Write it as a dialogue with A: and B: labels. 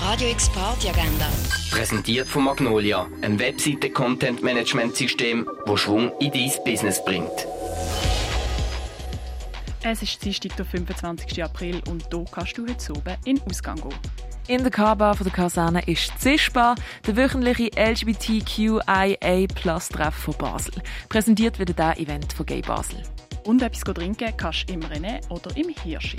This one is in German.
A: Radio X Party Agenda.
B: Präsentiert von Magnolia, einem Webseite-Content-Management-System, wo Schwung in dein Business bringt.
C: Es ist Dienstag, der 25. April und hier kannst du heute oben in den Ausgang gehen.
D: In der K-Bar von der Kaserne ist CISPA, der wöchentliche LGBTQIA-Plus-Treff von Basel. Präsentiert wird das Event von Gay Basel.
C: Und etwas trinken kannst du im René oder im Hirschi.